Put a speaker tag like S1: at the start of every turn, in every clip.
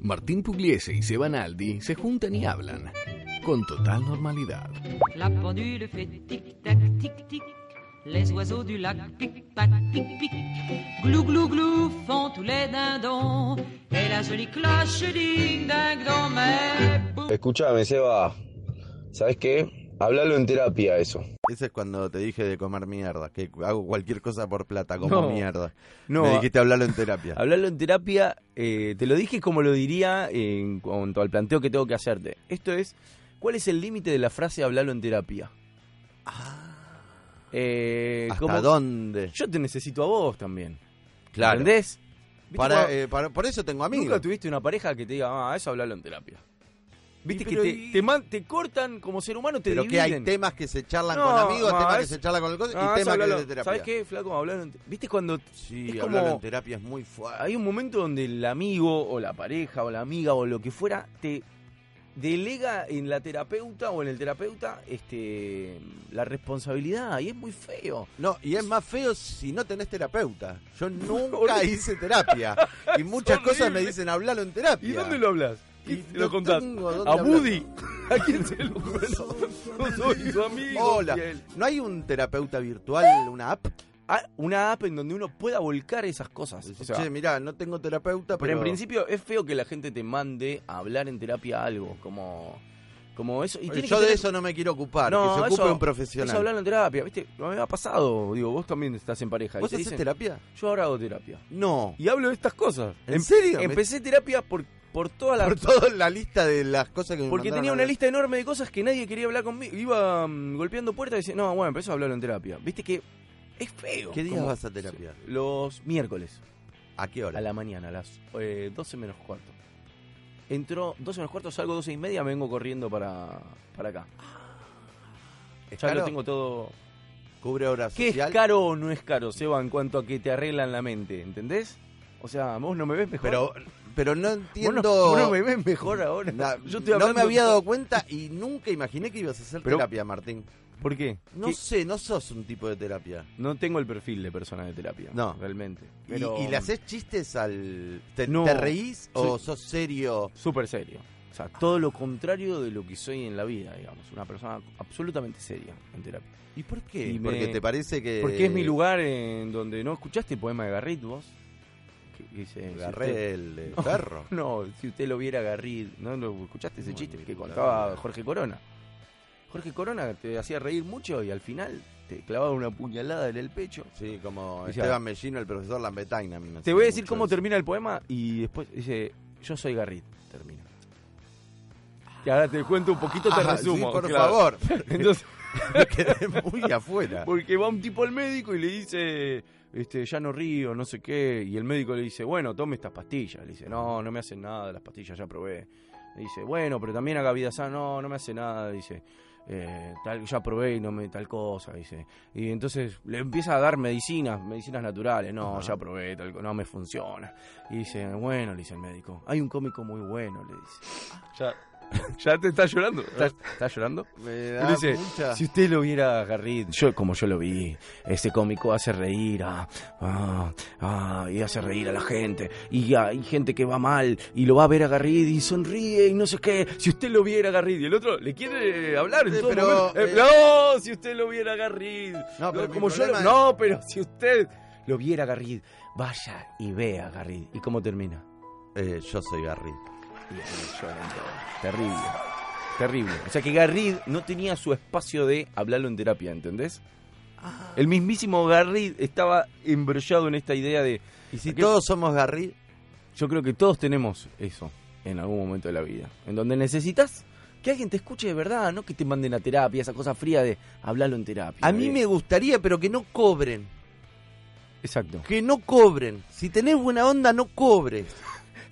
S1: Martín Pugliese y Seba Naldi se juntan y hablan con total normalidad.
S2: La pendule fait tic-tac, tic-tic. Les oiseaux du lac pic-pac, pic-pic. Glou-glou-glou font tous les dindons. Et la jolie cloche ding-ding-dong. Mais boum.
S3: Escúchame, Seba. ¿Sabes qué? Háblalo en terapia, eso.
S4: Ese es cuando te dije de comer mierda, que hago cualquier cosa por plata, como
S5: No.
S4: mierda.
S5: No,
S4: Me
S5: a-
S4: dijiste hablarlo en terapia.
S5: Hablarlo en terapia, eh, te lo dije como lo diría en cuanto al planteo que tengo que hacerte. Esto es, ¿cuál es el límite de la frase hablarlo en terapia? Eh,
S4: Ah. ¿Hasta
S5: como-
S4: dónde?
S5: Yo te necesito a vos también.
S4: Claro.
S5: ¿Entendés? ¿Viste
S4: Para,
S5: cuando-
S4: eh, para- por eso tengo amigos.
S5: Nunca tuviste una pareja que te diga, ah, eso hablarlo en terapia. Viste
S4: Y
S5: que
S4: pero
S5: te,
S4: y-
S5: te man- te cortan como ser humano, te
S4: Pero que hay
S5: dividen.
S4: temas que se charlan
S5: No,
S4: con amigos,
S5: no,
S4: temas que
S5: es-
S4: se charlan con el coso
S5: Ah,
S4: y
S5: eso
S4: temas que
S5: hablarlo-
S4: de terapia.
S5: ¿Sabés qué, flaco? Hablarlo en te- ¿Viste cuando
S4: Sí,
S5: es
S4: hablarlo
S5: como-
S4: en terapia es muy fuerte.
S5: hay un momento donde el amigo o la pareja o la amiga o lo que fuera te delega en la terapeuta o en el terapeuta este la responsabilidad y es muy feo.
S4: No, y es más feo si no tenés terapeuta. Yo nunca hice terapia. Y muchas cosas me
S5: horrible.
S4: dicen hablarlo en terapia.
S5: hablas?
S4: Y no tengo dónde hablarlo.
S5: ¿A quién se lo contás? No soy tu amigo.
S4: Hola.
S5: fiel.
S4: ¿No hay un terapeuta virtual, una app?
S5: Ah, una app en donde uno pueda volcar esas cosas. Pues, O
S4: Dice,
S5: sea,
S4: che, mirá, no tengo terapeuta, pero...
S5: Pero en principio es feo que la gente te mande a hablar en terapia algo, como, como eso. Y tiene
S4: yo
S5: que
S4: de
S5: tener-
S4: eso no me quiero ocupar,
S5: No,
S4: que se ocupe
S5: eso-
S4: un profesional.
S5: Eso hablarlo en terapia, ¿viste? A mí Me ha pasado, digo, vos también estás en pareja. y
S4: ¿Vos
S5: te
S4: haces
S5: dicen,
S4: terapia?
S5: Yo ahora hago terapia.
S4: No.
S5: Y hablo de estas cosas.
S4: ¿En
S5: Em-
S4: serio?
S5: Empecé terapia por, por toda la...
S4: Por toda la lista de las cosas que me
S5: porque
S4: mandaron
S5: tenía
S4: a
S5: una
S4: ver.
S5: lista enorme de cosas que nadie quería hablar conmigo. Iba mm, golpeando puertas y decía, no, bueno, empezó a hablarlo en terapia. Viste que es feo.
S4: ¿Qué días
S5: Como-
S4: vas a terapia?
S5: Los miércoles.
S4: ¿A qué hora?
S5: A la mañana, a las eh, 12 menos cuarto. Entro 12 menos cuarto, salgo 12 y media, me vengo corriendo para, para acá.
S4: Ah, ¿Es
S5: Ya
S4: caro?
S5: lo tengo todo.
S4: ¿Cubre horas
S5: ¿Qué es
S4: social?
S5: caro o no es caro, Seba, en cuanto a que te arreglan la mente? ¿Entendés? O sea, vos no me ves mejor.
S4: Pero, pero no
S5: Vos no-
S4: entiendo...
S5: vos no me ves mejor ahora.
S4: Na-
S5: Yo estoy
S4: no me
S5: hablando-
S4: había dado cuenta y nunca imaginé que ibas a hacer
S5: Pero-
S4: terapia, Martín.
S5: ¿Por qué?
S4: No
S5: Que
S4: sé, no sos un tipo de terapia.
S5: no tengo el perfil de persona de terapia.
S4: No.
S5: Realmente.
S4: ¿Y-
S5: Pero-
S4: ¿Y, le haces chistes al... ¿Te,
S5: No.
S4: te reís o
S5: Soy-
S4: sos serio?
S5: Súper serio. O sea, todo lo contrario de lo que soy en la vida, digamos. Una persona absolutamente seria en terapia.
S4: ¿Y por qué?
S5: Y
S4: Porque
S5: me-
S4: te parece que...
S5: Porque es mi lugar en donde no escuchaste el poema de Garrit, vos. Que dice, si
S4: Agarré
S5: usted-
S4: el eh,
S5: No.
S4: perro.
S5: No, si usted lo viera Garrit, ¿no lo escuchaste ese
S4: Muy
S5: chiste que
S4: bien,
S5: contaba
S4: claro.
S5: Jorge Corona? Jorge Corona te hacía reír mucho y al final te clavaba una puñalada en el pecho.
S4: Sí, como
S5: Y ya.
S4: Esteban Mellino, el profesor Lambetaina. a mí me
S5: Te voy
S4: enseñó
S5: a decir
S4: mucho
S5: cómo
S4: eso.
S5: termina el poema y después dice, yo soy Garrit, termina. Y ahora te cuento un poquito, te
S4: Ah, sí,
S5: resumo.
S4: por
S5: claro.
S4: favor.
S5: Entonces,
S4: Me quedé muy afuera.
S5: Porque va un tipo al médico y le dice, este, ya no río, no sé qué. Y el médico le dice, bueno, tome estas pastillas. Le dice, no, no me hacen nada, las pastillas ya probé. Le dice, bueno, pero también haga vida sana, no, no me hace nada. Dice, eh, tal, ya probé y no me tal cosa. Dice, y entonces le empieza a dar medicinas, medicinas naturales. No,
S4: Ajá.
S5: ya probé, tal, co- no me funciona. Y dice, bueno, le dice el médico, hay un cómico muy bueno, le dice. Ya, ya te está llorando, ¿Estás- estás llorando.
S4: Me
S5: Pero
S4: da
S5: dice,
S4: mucha-
S5: si usted lo viera a Garrit, yo como yo lo vi, ese cómico hace reír ah, ah, ah, y hace reír a la gente, y hay gente que va mal, y lo va a ver a Garrit y sonríe y no sé qué, si usted lo viera a Garrit, y el otro le quiere hablar, en
S4: Sí,
S5: todo
S4: pero,
S5: momento. Eh,
S4: eh,
S5: no, si usted lo viera a Garrit,
S4: No, pero mi
S5: como yo lo-
S4: problema
S5: no, pero si usted lo viera a Garrit, vaya y vea a Garrit, y cómo termina.
S4: Eh, yo soy Garry.
S5: Y ahí lloran todos. Terrible. Terrible. O sea que Garrid no tenía su espacio de hablarlo en terapia, ¿entendés? El mismísimo Garrid estaba embrollado en esta idea de.
S4: Y si
S5: Aquel-
S4: todos somos Garry,
S5: Yo creo que todos tenemos eso en algún momento de la vida. En donde necesitas que alguien te escuche de verdad, no que te manden a terapia, esa cosa fría de hablarlo en terapia.
S4: a mí
S5: ¿eh?
S4: me gustaría, pero que no cobren.
S5: Exacto.
S4: Que no cobren. Si tenés buena onda, no cobres.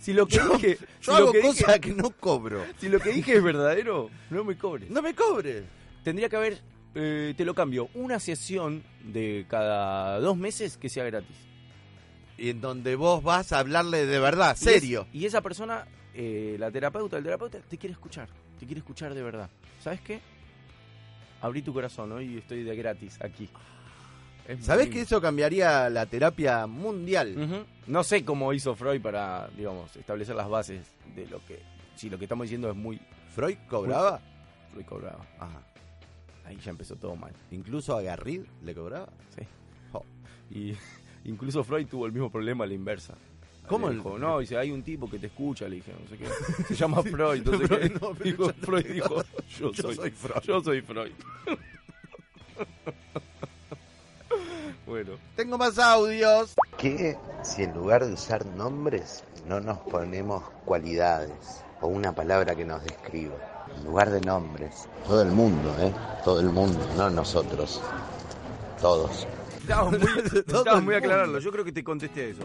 S5: Si lo que dije.
S4: Yo
S5: si lo
S4: hago
S5: que dije-
S4: cosas que no cobro.
S5: si lo que dije es verdadero, no me cobres.
S4: No me cobres.
S5: Tendría que haber, eh, te lo cambio, una sesión de cada dos meses que sea gratis.
S4: Y en donde vos vas a hablarle de verdad,
S5: Y
S4: serio.
S5: es- Y, esa persona, eh, la terapeuta, el terapeuta, te quiere escuchar, te quiere escuchar de verdad. ¿Sabes qué? Abrí tu corazón, hoy estoy de gratis aquí. Es
S4: ¿Sabés
S5: muy-
S4: que eso cambiaría la terapia mundial?
S5: Ujú. No sé cómo hizo Freud para, digamos, establecer las bases de lo que. Si lo que estamos diciendo es muy.
S4: ¿Freud cobraba?
S5: Freud cobraba.
S4: Ajá.
S5: Ahí ya empezó todo mal.
S4: ¿Incluso a Garrid le cobraba?
S5: Sí.
S4: Jo.
S5: Y incluso Freud tuvo el mismo problema a la inversa.
S4: ¿Cómo
S5: Le
S4: el-
S5: dijo, no, dice, hay un tipo que te escucha, le dije, no sé qué. Se llama Freud, entonces
S4: Freud,
S5: ¿qué?
S4: no, pero
S5: dijo,
S4: ya te-
S5: Freud dijo, yo, soy,
S4: Freud.
S5: yo soy Freud. bueno,
S4: Tengo más audios.
S6: ¿Qué si en lugar de usar nombres no nos ponemos cualidades o una palabra que nos describa? En lugar de nombres. Todo el mundo, ¿eh? Todo el mundo, no nosotros. Todos.
S5: estabas muy,
S4: Todo
S5: estabas
S4: el
S5: muy
S4: mundo.
S5: aclararlo, yo creo que te contesté eso.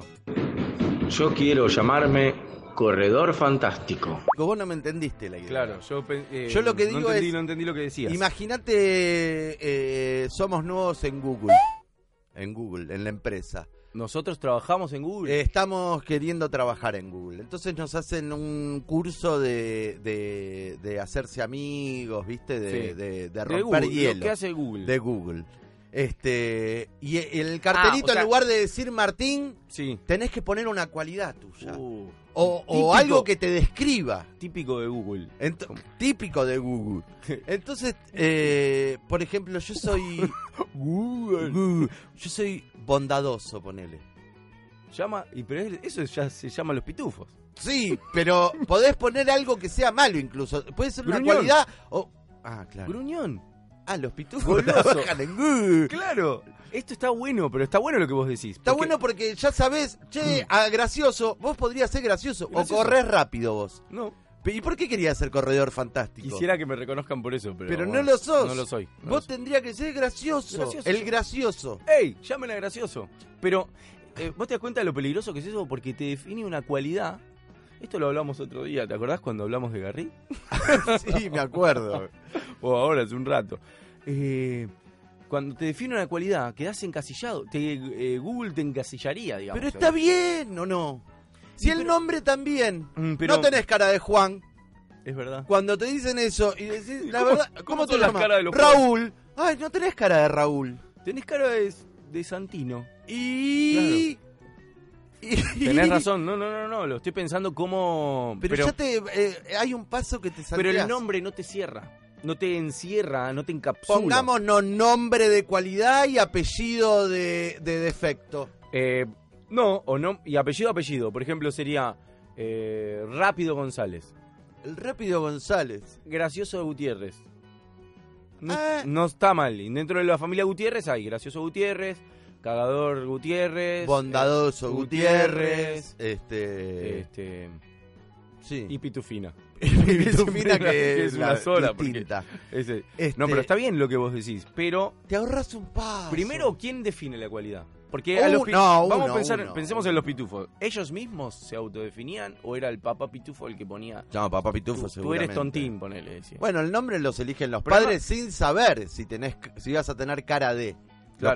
S7: Yo quiero llamarme Corredor Fantástico.
S4: Vos no me entendiste la idea.
S5: Claro, yo, pe- eh,
S4: Yo lo que
S5: no
S4: digo
S5: entendí,
S4: es-
S5: no entendí lo que decías.
S4: Imagínate, eh, somos nuevos en Google. En Google, en la empresa.
S5: Nosotros trabajamos en Google.
S4: Eh, estamos queriendo trabajar en Google. Entonces nos hacen un curso de, de, de hacerse amigos, ¿viste? De,
S5: Sí.
S4: de- de
S5: De
S4: romper
S5: Google,
S4: hielo.
S5: ¿Qué hace Google?
S4: De Google. Este, y e- el cartelito,
S5: Ah, o sea-
S4: en lugar de decir Martín,
S5: Sí.
S4: tenés que poner una cualidad tuya.
S5: Uh,
S4: o o
S5: típico.
S4: algo que te describa.
S5: típico de Google.
S4: Ento- típico de Google. Entonces, eh, por ejemplo, yo soy. Google. Yo soy bondadoso, ponele.
S5: Llama, y pero es- eso ya se llama los pitufos.
S4: Sí, pero podés poner algo que sea malo incluso. Puede ser una
S5: Gruñón.
S4: cualidad o... Ah, claro.
S5: Gruñón.
S4: ah, los pitufos
S5: Goloso.
S4: trabajan en Google.
S5: Claro, esto está bueno, pero está bueno lo que vos decís.
S4: Está bueno porque ya sabés, che, ah, gracioso, vos podrías ser gracioso,
S5: Gracioso.
S4: o corres rápido vos.
S5: No,
S4: Pe- ¿Y por qué querías ser corredor fantástico?
S5: quisiera que me reconozcan por eso, pero.
S4: Pero no
S5: bueno,
S4: lo sos.
S5: No lo soy.
S4: Vos
S5: no lo soy.
S4: tendrías que ser gracioso,
S5: Gracioso.
S4: el gracioso.
S5: ¡Ey! Llámela gracioso. Pero, eh, ¿vos te das cuenta de lo peligroso que es eso? Porque te define una cualidad. Esto lo hablamos otro día, ¿te acordás cuando hablamos de Garrí?
S4: Sí, me acuerdo.
S5: O ahora, hace un rato. Eh, cuando te define una cualidad, quedás encasillado. Te, eh, Google te encasillaría, digamos.
S4: Pero está bien, ¿o no? Si
S5: Sí,
S4: el
S5: pero-
S4: nombre también.
S5: Mm, pero-
S4: No tenés cara de Juan.
S5: Es verdad.
S4: Cuando te dicen eso y decís, la
S5: cómo-
S4: verdad,
S5: cómo
S4: ¿cómo,
S5: son
S4: te
S5: las
S4: llamas?
S5: caras de los
S4: Raúl. Ay, no tenés cara de Raúl.
S5: Tenés cara de, de Santino.
S4: Y... y-
S5: Tenés razón, no, no, no, no, lo estoy pensando como...
S4: Pero, ya te eh, hay un paso que te salteás.
S5: pero el nombre no te cierra, no te encierra, no te encapsula.
S4: Pongámonos nombre de cualidad y apellido de, de defecto.
S5: Eh, no, o no, y apellido, apellido. Por ejemplo, sería eh, Rápido González,
S4: El rápido González.
S5: Gracioso Gutiérrez. No,
S4: Ah.
S5: no está mal, y dentro de la familia Gutiérrez hay Gracioso Gutiérrez, Cagador Gutiérrez,
S4: Bondadoso
S5: eh,
S4: Gutiérrez.
S5: eh,
S4: Este.
S5: este,
S4: sí.
S5: y Pitufina.
S4: Y su mina
S5: que es una
S4: la-
S5: sola, porque-
S4: distinta.
S5: Ese-
S4: Este,
S5: No, pero está bien lo que vos decís, pero
S4: Te ahorras un paso.
S5: Ah, Primero, ¿quién define la cualidad? Porque a
S4: Un-
S5: los pi-
S4: Uh, no,
S5: vamos a
S4: uno,
S5: pensar,
S4: uno.
S5: pensemos en los pitufos. ¿Ellos mismos se autodefinían o era el papá pitufo el que ponía?
S4: No, papá
S5: Tú,
S4: Pitufo,
S5: tú eres
S4: seguramente.
S5: tontín, ponele. decía.
S4: Bueno, el nombre los eligen los
S5: Pero
S4: padres sin saber si tenés si vas a tener cara de.
S5: Claro.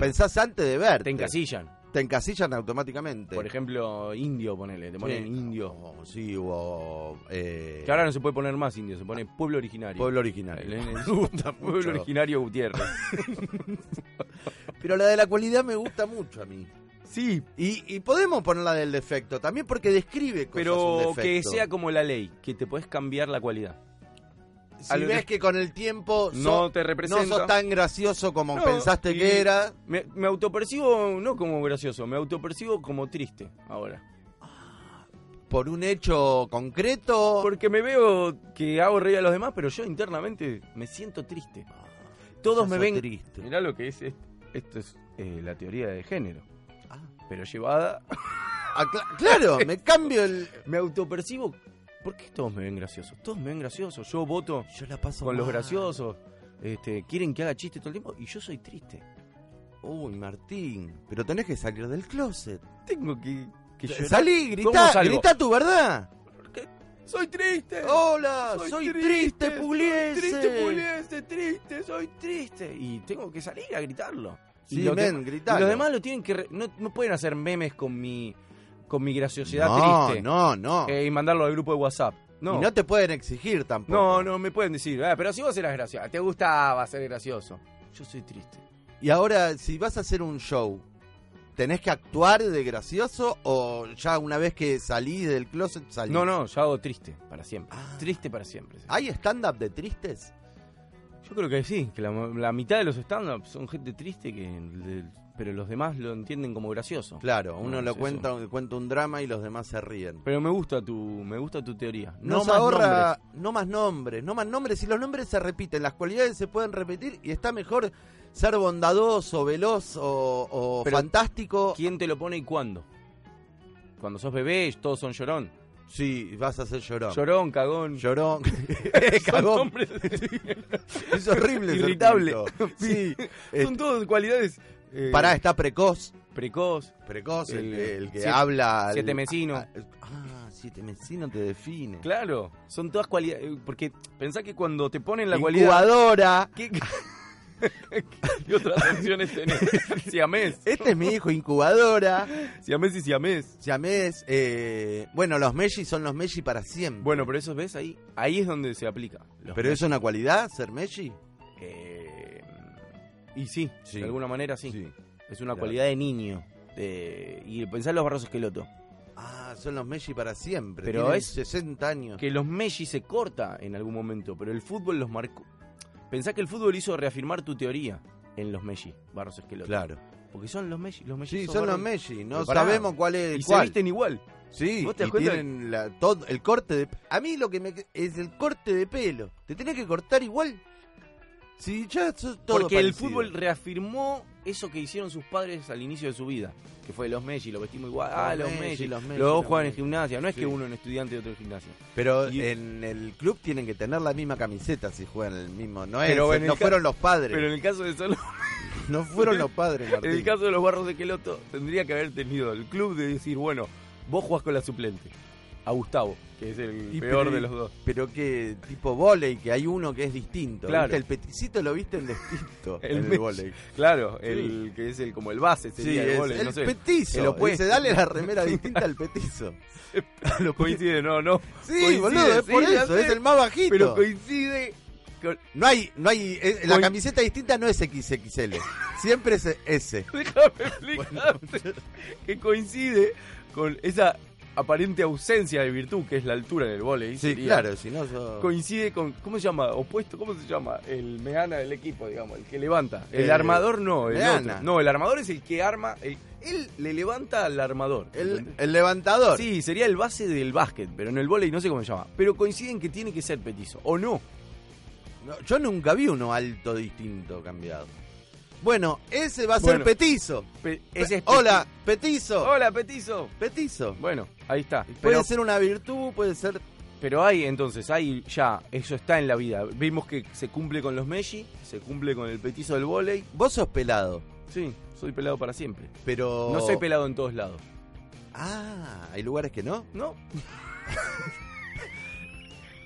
S4: Lo pensás antes de verte.
S5: te encasillan.
S4: Te encasillan automáticamente.
S5: Por ejemplo, indio, ponele. Te
S4: Sí.
S5: ponen indio.
S4: O, sí, o. eh,
S5: Que ahora no se puede poner más indio, se pone pueblo originario.
S4: Pueblo originario.
S5: Le- le- pueblo originario Gutiérrez.
S4: Pero la de la cualidad me gusta mucho a mí.
S5: Sí,
S4: Y, y podemos ponerla del defecto también porque describe cosas. un
S5: pero
S4: defecto.
S5: que sea como la ley, que te puedes cambiar la cualidad. a
S4: Si
S5: lo
S4: ves que con el tiempo
S5: No
S4: sos-
S5: te representa.
S4: no sos tan gracioso como
S5: No,
S4: pensaste
S5: y
S4: que era.
S5: Me, me autopercibo no como gracioso, me autopercibo como triste ahora.
S4: por un hecho concreto.
S5: Porque me veo que hago reír a los demás, pero yo internamente me siento triste. Todos
S4: Ya
S5: me
S4: sos
S5: ven.
S4: triste.
S5: Mirá lo que es. est- Esto es eh, la teoría de género.
S4: Ah.
S5: Pero llevada.
S4: Ah, cla- claro, me cambio el.
S5: Me autopercibo. ¿Por qué todos me ven gracioso? Todos me ven gracioso. Yo voto
S4: Yo la paso
S5: con los
S4: mal.
S5: graciosos. Este, quieren que haga chiste todo el tiempo y yo soy triste.
S4: Uy, Martín, pero tenés que salir del closet.
S5: Tengo que, que
S4: Eh,
S5: llorar.
S4: Salí,
S5: ¿Cómo
S4: grita,
S5: salgo?
S4: grita tu verdad.
S5: Soy triste.
S4: Oh, Hola,
S5: Soy
S4: soy,
S5: triste,
S4: triste,
S5: soy
S4: Pugliese.
S5: Triste, Pugliese, triste, soy triste. Y tengo que salir a gritarlo.
S4: Sí,
S5: y los
S4: men,
S5: dem-
S4: gritalo.
S5: y los demás lo tienen que. re- no, no pueden hacer memes con mi, con mi graciosidad
S4: no,
S5: triste.
S4: no, no.
S5: Eh, y mandarlo al grupo de WhatsApp. No.
S4: Y no te pueden exigir tampoco.
S5: "Eh, no, no, me pueden decir. "Ah, pero si vos eras gracioso, te gustaba ser gracioso. Yo soy triste.
S4: Y ahora, si vas a hacer un show, ¿tenés que actuar de gracioso o ya una vez que salís del closet salís?
S5: No, no, yo hago triste para siempre.
S4: Ah.
S5: Triste para siempre. sí.
S4: ¿Hay stand-up de tristes?
S5: Yo creo que sí, que la, la mitad de los stand-ups son gente triste, que de- pero los demás lo entienden como gracioso.
S4: Claro, uno
S5: No,
S4: lo
S5: sí,
S4: cuenta, cuenta un drama y los demás se ríen.
S5: Pero me gusta tu, me gusta tu teoría.
S4: No
S5: No
S4: se
S5: más
S4: ahorra,
S5: nombres.
S4: no más nombres, no más nombres. Si los nombres se repiten, las cualidades se pueden repetir y está mejor ser bondadoso, veloz o, o
S5: Pero,
S4: fantástico.
S5: ¿Quién te lo pone y cuándo? Cuando sos bebé, todos son llorón.
S4: Sí, vas a ser llorón.
S5: Llorón, cagón.
S4: Llorón.
S5: Son
S4: Cagón.
S5: nombres así.
S4: Es horrible, es
S5: Irritable.
S4: horrible. Sí. Eh,
S5: Son todas cualidades. eh,
S4: Pará, está precoz.
S5: Precoz.
S4: Precoz, el,
S5: El-
S4: el que
S5: siete-
S4: habla. al-
S5: siete mesino.
S4: Ah, ah, siete mesino te define.
S5: Claro. Son todas cualidades. eh, Porque pensá que cuando te ponen la cualidad.
S4: Incubadora.
S5: ¿Qué, qué otras opciones tenés? Siamés.
S4: Este es mi hijo, incubadora.
S5: Siamés y siamés.
S4: Siamés. Eh, bueno, los Meji son los Meji para siempre.
S5: Bueno, pero eso ves ahí. Ahí es donde se aplica. Los
S4: ¿Pero eso es una cualidad, ser Meji?
S5: Eh, y sí,
S4: Sí.
S5: de alguna manera sí. Es una cualidad de niño. de- y pensar los barros esqueloto.
S4: Ah, son los Meji para siempre.
S5: Pero
S4: Tienen
S5: es-
S4: 60 años.
S5: Que los Messi se corta en algún momento, pero el fútbol los marcó. Pensá que el fútbol hizo reafirmar tu teoría en los Messi, barros esqueloto.
S4: Claro.
S5: Porque son los Messi. Los Messi
S4: Sí, son los
S5: barros-
S4: Meji. No
S5: Pero pará.
S4: sabemos cuál es
S5: Y se
S4: cuál.
S5: visten igual.
S4: Sí,
S5: ¿Vos te das
S4: y
S5: cuenta?
S4: tienen la- todo, el corte de... A mí lo que me... es el corte de pelo. Te tenés que cortar igual. Sí, ya sos todo
S5: Porque el
S4: parecido.
S5: fútbol reafirmó eso que hicieron sus padres al inicio de su vida. Que fue los Messi, lo vestimos igual. Ah, los Messi. Los,
S4: Messi,
S5: dos
S4: los
S5: juegan en
S4: Messi.
S5: gimnasia. No es
S4: Sí.
S5: que uno es un estudiante y otro es gimnasia.
S4: Pero
S5: y-
S4: en el club tienen que tener la misma camiseta si juegan el mismo. No, es,
S5: Pero en el
S4: no
S5: ca-
S4: fueron los padres.
S5: Pero en el caso de solo
S4: No fueron los padres, Martín.
S5: En el caso de los barros de Queloto, tendría que haber tenido el club de decir, bueno, vos jugás con la suplente. A Gustavo, que es el
S4: Y
S5: peor
S4: pero-
S5: de los dos.
S4: Pero que tipo volei, que hay uno que es distinto.
S5: Claro.
S4: ¿viste? El peticito lo viste en distinto
S5: El
S4: en el
S5: Messi.
S4: volei.
S5: Claro, el que es el como el base sería
S4: Sí,
S5: el
S4: es
S5: vóley,
S4: el
S5: no sé.
S4: petizo.
S5: el opuesto.
S4: Dice, dale la remera distinta al petizo.
S5: Lo coincide, no, no.
S4: Sí,
S5: Coincide,
S4: boludo, es
S5: sí,
S4: por
S5: ya
S4: eso,
S5: sé,
S4: es el más bajito.
S5: Pero coincide con...
S4: No hay, no hay, eh, la
S5: Coin-
S4: camiseta distinta no es XXL, siempre es E, S.
S5: Déjame explicarte. Que coincide con esa aparente ausencia de virtud que es la altura en el vóley.
S4: Sí,
S5: sería.
S4: claro, si no sos-
S5: coincide con cómo se llama opuesto cómo se llama el meana del equipo digamos el que levanta el
S4: Eh,
S5: armador no el
S4: meana.
S5: otro. no el armador es el que arma el- él le levanta al armador
S4: El, el levantador.
S5: sí sería el base del básquet pero en el vóley no sé cómo se llama pero coinciden que tiene que ser petizo o no
S4: No, yo nunca vi uno alto distinto cambiado. Bueno, ese va a ser
S5: Bueno.
S4: petizo.
S5: Pe- ese es
S4: Hola,
S5: peti-
S4: petizo.
S5: hola petizo
S4: Petizo.
S5: bueno ahí está
S4: Puede
S5: pero,
S4: ser una virtud, puede ser.
S5: pero hay entonces hay ya eso está en la vida vimos que se cumple con los Messi se cumple con el petizo del vóley
S4: Vos sos pelado,
S5: sí soy pelado para siempre
S4: pero.
S5: no soy pelado en todos lados
S4: Ah, hay lugares que no.
S5: no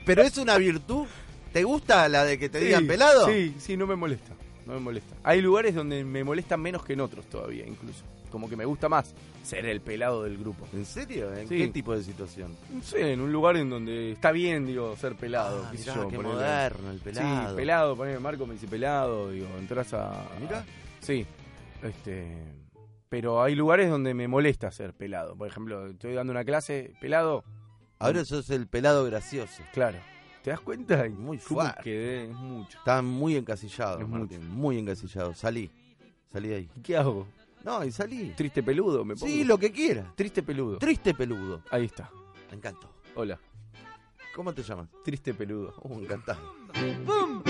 S4: Pero es una virtud. ¿Te gusta la de que te
S5: Sí,
S4: digan pelado?
S5: Sí, sí, no me molesta. No me molesta. Hay lugares donde me molesta menos que en otros todavía, incluso. Como que me gusta más ser el pelado del grupo.
S4: ¿En serio? ¿En
S5: Sí.
S4: qué tipo de situación?
S5: No sé, en un lugar en donde está bien, digo, ser pelado.
S4: Ah,
S5: qué sé
S4: mirá,
S5: yo,
S4: qué
S5: ponele.
S4: moderno el pelado.
S5: Sí, pelado, poneme Marco, me dice pelado, digo, entras a.
S4: Ah, Mirá.
S5: Sí. Este. Pero hay lugares donde me molesta ser pelado. Por ejemplo, estoy dando una clase, pelado,
S4: Ahora sos el pelado gracioso.
S5: claro. ¿Te das cuenta?
S4: Muy
S5: ¿Cómo
S4: fuerte.
S5: quedé? Es mucho.
S4: Están muy encasillados,
S5: Es
S4: Martín, Muy encasillados. Salí. Salí de ahí.
S5: ¿Qué hago?
S4: No, y salí.
S5: ¿Triste peludo? Me pongo.
S4: Sí, lo que quieras.
S5: Triste peludo.
S4: Triste peludo.
S5: Ahí está.
S4: Me encantó.
S5: Hola.
S4: ¿Cómo te llamas?
S5: Triste peludo.
S4: Oh, encantado.
S2: Boum